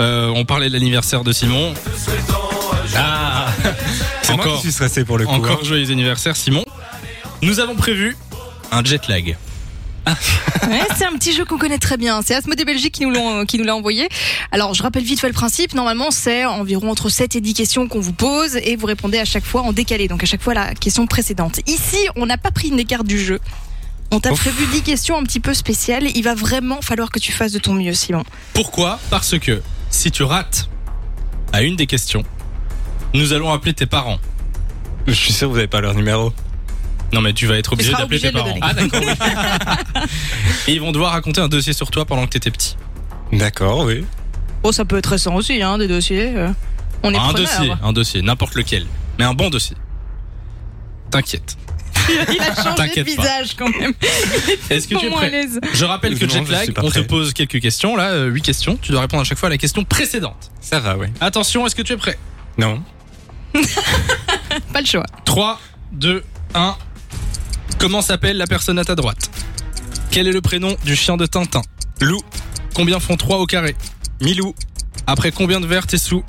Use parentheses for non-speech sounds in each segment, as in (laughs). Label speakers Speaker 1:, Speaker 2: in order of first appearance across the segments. Speaker 1: Euh, on parlait de l'anniversaire de Simon. Ah,
Speaker 2: (laughs) C'est moi qui
Speaker 1: encore,
Speaker 2: suis stressé pour le coup.
Speaker 1: encore
Speaker 2: hein.
Speaker 1: joyeux anniversaire, Simon. Nous avons prévu un jet lag.
Speaker 3: Ouais, c'est un petit jeu qu'on connaît très bien. C'est Asmodée Belgique qui nous l'ont- euh, qui nous l'a envoyé. Alors, je rappelle vite fait le principe. Normalement, c'est environ entre 7 et 10 questions qu'on vous pose et vous répondez à chaque fois en décalé. Donc, à chaque fois la question précédente. Ici, on n'a pas pris une écart du jeu. On t'a
Speaker 1: Ouf.
Speaker 3: prévu 10 questions un petit peu spéciales. Il va vraiment falloir que tu fasses de ton mieux, Simon.
Speaker 1: Pourquoi Parce que si tu rates à une des questions, nous allons appeler tes parents.
Speaker 2: Je suis sûr que vous n'avez pas leur numéro.
Speaker 1: Non mais tu vas être obligé
Speaker 3: seras
Speaker 1: d'appeler tes
Speaker 3: obligé de le
Speaker 1: parents.
Speaker 3: donner.
Speaker 1: Ah d'accord. oui.
Speaker 3: (laughs)
Speaker 1: Et ils vont devoir raconter un dossier sur toi pendant que t'étais petit.
Speaker 2: D'accord, oui.
Speaker 3: Oh, ça peut être récent aussi, hein, des dossiers. euh. On est hein.
Speaker 1: un
Speaker 3: preneur.
Speaker 1: dossier, un dossier, n'importe lequel, mais un bon dossier. T'inquiète. (laughs)
Speaker 3: Il a changé de
Speaker 1: T'inquiète pas.
Speaker 3: visage quand même.
Speaker 1: Est-ce que tu es
Speaker 3: moins à
Speaker 1: prêt
Speaker 3: l'aise.
Speaker 1: Je rappelle que
Speaker 2: Non,
Speaker 1: jet
Speaker 2: je
Speaker 1: lag,
Speaker 2: suis pas
Speaker 1: on te
Speaker 2: prêt.
Speaker 1: pose quelques questions là, 8 questions, tu dois répondre à chaque fois à la question précédente.
Speaker 2: Ça va, oui.
Speaker 1: Attention, est-ce que tu es prêt
Speaker 2: Non.
Speaker 3: Pas le choix.
Speaker 1: 3 2 1 Comment s'appelle la personne à ta droite Quel est le prénom du chien de Tintin
Speaker 2: Lou,
Speaker 1: Combien font 3 au carré
Speaker 2: Milou,
Speaker 1: Après combien de verres t'es sous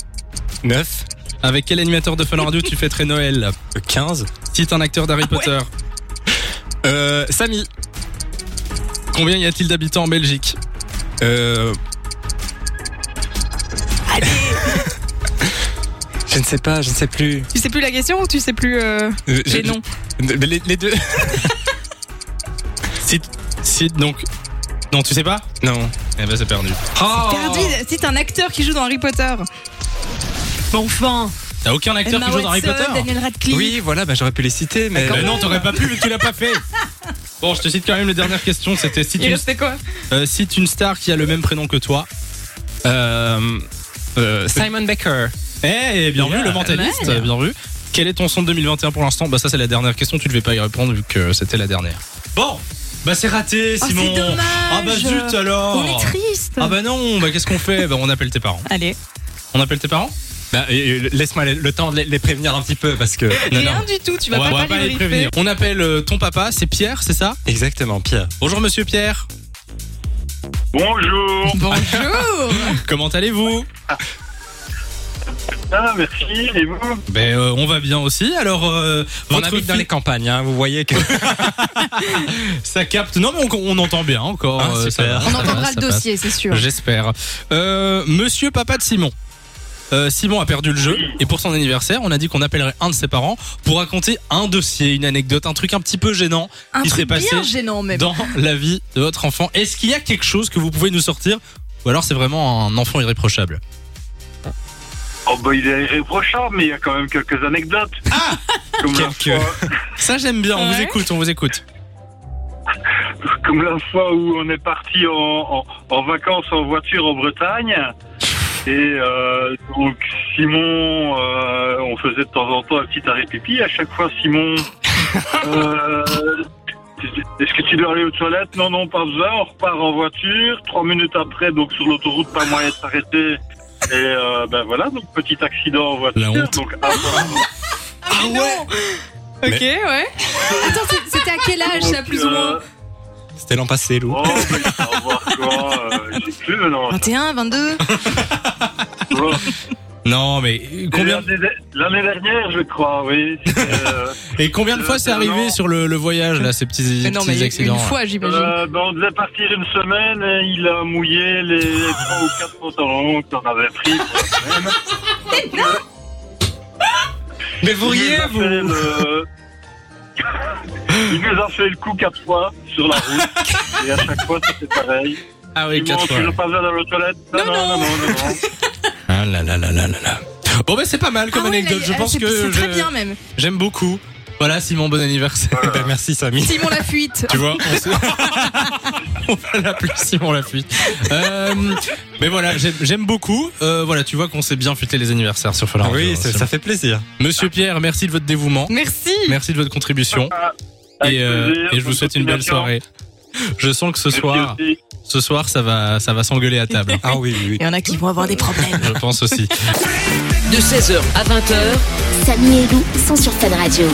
Speaker 2: 9,
Speaker 1: Avec quel animateur de Fun Radio tu fêterais Noël
Speaker 2: 15,
Speaker 1: Cite un acteur
Speaker 3: Ah
Speaker 1: d'Harry Potter.
Speaker 2: euh, Samy,
Speaker 1: Combien y a-t-il d'habitants en Belgique
Speaker 2: euh... (laughs) je ne sais pas, je ne sais plus.
Speaker 3: Tu sais plus la question ou tu sais plus euh,
Speaker 2: Euh, je-
Speaker 3: les noms
Speaker 2: je- Les, les deux. (laughs)
Speaker 1: Cite, cite donc. Non, tu sais pas
Speaker 2: Non.
Speaker 1: Eh ben c'est perdu.
Speaker 3: Perdu,
Speaker 1: Oh.
Speaker 3: c'est un acteur qui joue dans Harry Potter. Bon, enfin.
Speaker 1: T'as aucun acteur
Speaker 3: Emma
Speaker 1: qui joue dans Harry
Speaker 3: Watson,
Speaker 1: Potter
Speaker 3: Daniel Radcliffe.
Speaker 2: Oui, voilà, bah, j'aurais pu les citer, mais...
Speaker 1: Ben non, t'aurais pas pu vu que tu l'as pas fait. Bon, je te cite quand même les dernières questions. C'était cite,
Speaker 3: Il
Speaker 1: une-
Speaker 3: restait quoi
Speaker 1: euh, cite une star qui a le même prénom que toi.
Speaker 2: Euh,
Speaker 1: Bah,
Speaker 2: euh, Simon Becker.
Speaker 1: Eh, bien vu, le mentaliste.
Speaker 3: mal.
Speaker 1: Bien vu. Quel est ton son de 2021 pour l'instant Bah ça c'est la dernière question. Tu devais pas y répondre vu que c'était la dernière. Bon, bah c'est raté,
Speaker 3: Oh,
Speaker 1: Simon.
Speaker 3: c'est dommage.
Speaker 1: ah bah zut alors.
Speaker 3: On est triste.
Speaker 1: Ah bah non, bah qu'est-ce qu'on fait Bah on appelle tes parents.
Speaker 3: Allez.
Speaker 1: On appelle tes parents
Speaker 2: Bah, et- et laisse-moi le- le temps de les, les prévenir un petit peu, parce que...
Speaker 1: Non,
Speaker 3: Rien
Speaker 1: non.
Speaker 3: du tout, tu vas
Speaker 1: on
Speaker 3: pas,
Speaker 1: va
Speaker 3: pas les briefer.
Speaker 1: On appelle euh, ton papa, c'est Pierre, c'est ça
Speaker 2: Exactement, Pierre.
Speaker 1: Bonjour monsieur Pierre. (laughs)
Speaker 4: Bonjour.
Speaker 3: Bonjour
Speaker 1: Comment allez-vous
Speaker 4: Ah, merci. Et vous
Speaker 1: Ben euh, on va bien aussi. Alors euh,
Speaker 2: On
Speaker 1: votre
Speaker 2: habite dans
Speaker 1: fille-
Speaker 2: les campagnes, hein, vous voyez que...
Speaker 1: ça capte. Non mais on, on entend bien encore.
Speaker 2: Ah,
Speaker 1: euh, ça
Speaker 2: super.
Speaker 1: va,
Speaker 3: On
Speaker 1: ça va,
Speaker 3: entendra le
Speaker 1: ça passe.
Speaker 3: dossier, c'est sûr.
Speaker 1: J'espère. Euh, Monsieur papa de Simon. Euh, Simon a perdu le jeu et pour son anniversaire, on a dit qu'on appellerait un de ses parents pour raconter un dossier, une anecdote, un truc un petit peu gênant
Speaker 3: Un
Speaker 1: qui serait
Speaker 3: truc
Speaker 1: passé
Speaker 3: bien gênant même.
Speaker 1: dans la vie de votre enfant. Est-ce qu'il y a quelque chose que vous pouvez nous sortir ou alors c'est vraiment un enfant irréprochable
Speaker 4: Oh, bah, il est irréprochable, mais il y a quand même quelques anecdotes. Ah comme la,
Speaker 2: Quelques.
Speaker 4: fois,
Speaker 1: Ça j'aime bien. On vous
Speaker 3: Ouais.
Speaker 1: écoute, on vous écoute.
Speaker 4: comme la fois où on est parti en, en- en vacances en voiture en Bretagne. Et euh, donc, Simon, euh, on faisait de temps en temps un petit arrêt pipi. À chaque fois,
Speaker 1: (laughs)
Speaker 4: Simon. euh, Est-ce que tu dois aller aux toilettes Non, non, pas besoin. On repart en voiture. Trois minutes après, donc sur l'autoroute, pas moyen de s'arrêter. Et euh, ben voilà, donc petit accident en voiture.
Speaker 1: La honte.
Speaker 4: Donc, avant-
Speaker 3: Ah ouais Ok, ouais. Attends, c'est- c'était à quel âge ça,
Speaker 4: Donc,
Speaker 3: plus ou moins
Speaker 4: euh,
Speaker 2: C'était l'an passé, Lou.
Speaker 4: Oh, mais il faut avoir quoi euh, J'ai plus maintenant.
Speaker 3: 21, 22
Speaker 4: tu vois.
Speaker 1: Non mais combien
Speaker 4: L'année l'année dernière, je crois,
Speaker 1: (laughs)
Speaker 4: oui. c'était, euh,
Speaker 1: Et combien de fois c'est arrivé sur le, le voyage là ces petits,
Speaker 3: Mais non,
Speaker 1: petits
Speaker 3: mais une
Speaker 1: accidents là
Speaker 3: fois, j'imagine.
Speaker 4: euh, ben, on devait partir une semaine et il a mouillé les trois ou quatre pantalons qu'on avait
Speaker 1: (laughs)
Speaker 4: pris. pour la semaine.
Speaker 2: Mais vous riez,
Speaker 4: Il nous a
Speaker 2: vous
Speaker 1: (laughs)
Speaker 4: fait le- Il nous a fait le coup quatre fois sur la route
Speaker 1: (laughs)
Speaker 4: et à chaque fois c'était pareil.
Speaker 1: Ah oui,
Speaker 4: Simon,
Speaker 1: quatre fois.
Speaker 4: tu veux pas besoin d'aller aux toilettes
Speaker 3: Non,
Speaker 4: non, non, non, non. non.
Speaker 1: Ah là là là là là là. Bon bah c'est pas mal
Speaker 3: Ah
Speaker 1: comme
Speaker 3: ouais,
Speaker 1: anecdote,
Speaker 3: là,
Speaker 1: je
Speaker 3: ah,
Speaker 1: pense
Speaker 3: c'est-
Speaker 1: que
Speaker 3: C'est très
Speaker 1: je-
Speaker 3: bien même.
Speaker 1: j'aime beaucoup. Voilà Simon, bon anniversaire. Ben,
Speaker 2: Bah, merci, Samy.
Speaker 3: Simon
Speaker 1: (laughs)
Speaker 3: la fuite.
Speaker 1: Tu vois, on, se- on va l'appeler Simon la fuite. Euh, mais voilà, j'aime- j'aime beaucoup. Euh, voilà, tu vois qu'on s'est bien fêté les anniversaires sur Fun
Speaker 2: (laughs) Ah
Speaker 1: Radio,
Speaker 2: (laughs) oui,
Speaker 1: hein,
Speaker 2: ça,
Speaker 1: c'est
Speaker 2: ça fait plaisir.
Speaker 1: bon. Monsieur Pierre, merci de votre dévouement,
Speaker 3: Merci.
Speaker 1: merci de votre contribution
Speaker 4: Ah, Avec
Speaker 1: et, euh,
Speaker 4: plaisir,
Speaker 1: et je vous
Speaker 4: bonne
Speaker 1: souhaite une belle
Speaker 4: continuation.
Speaker 1: soirée. Je sens que ce
Speaker 4: Merci
Speaker 1: soir,
Speaker 4: aussi.
Speaker 1: ce soir ça va, ça va s'engueuler à
Speaker 2: (laughs)
Speaker 1: table. hein.
Speaker 2: Ah oui, oui, oui.
Speaker 3: Il y en a qui vont avoir des problèmes.
Speaker 1: Je pense aussi.
Speaker 5: De 16h à 20h,
Speaker 6: Samy et Lou sont sur Fan Radio.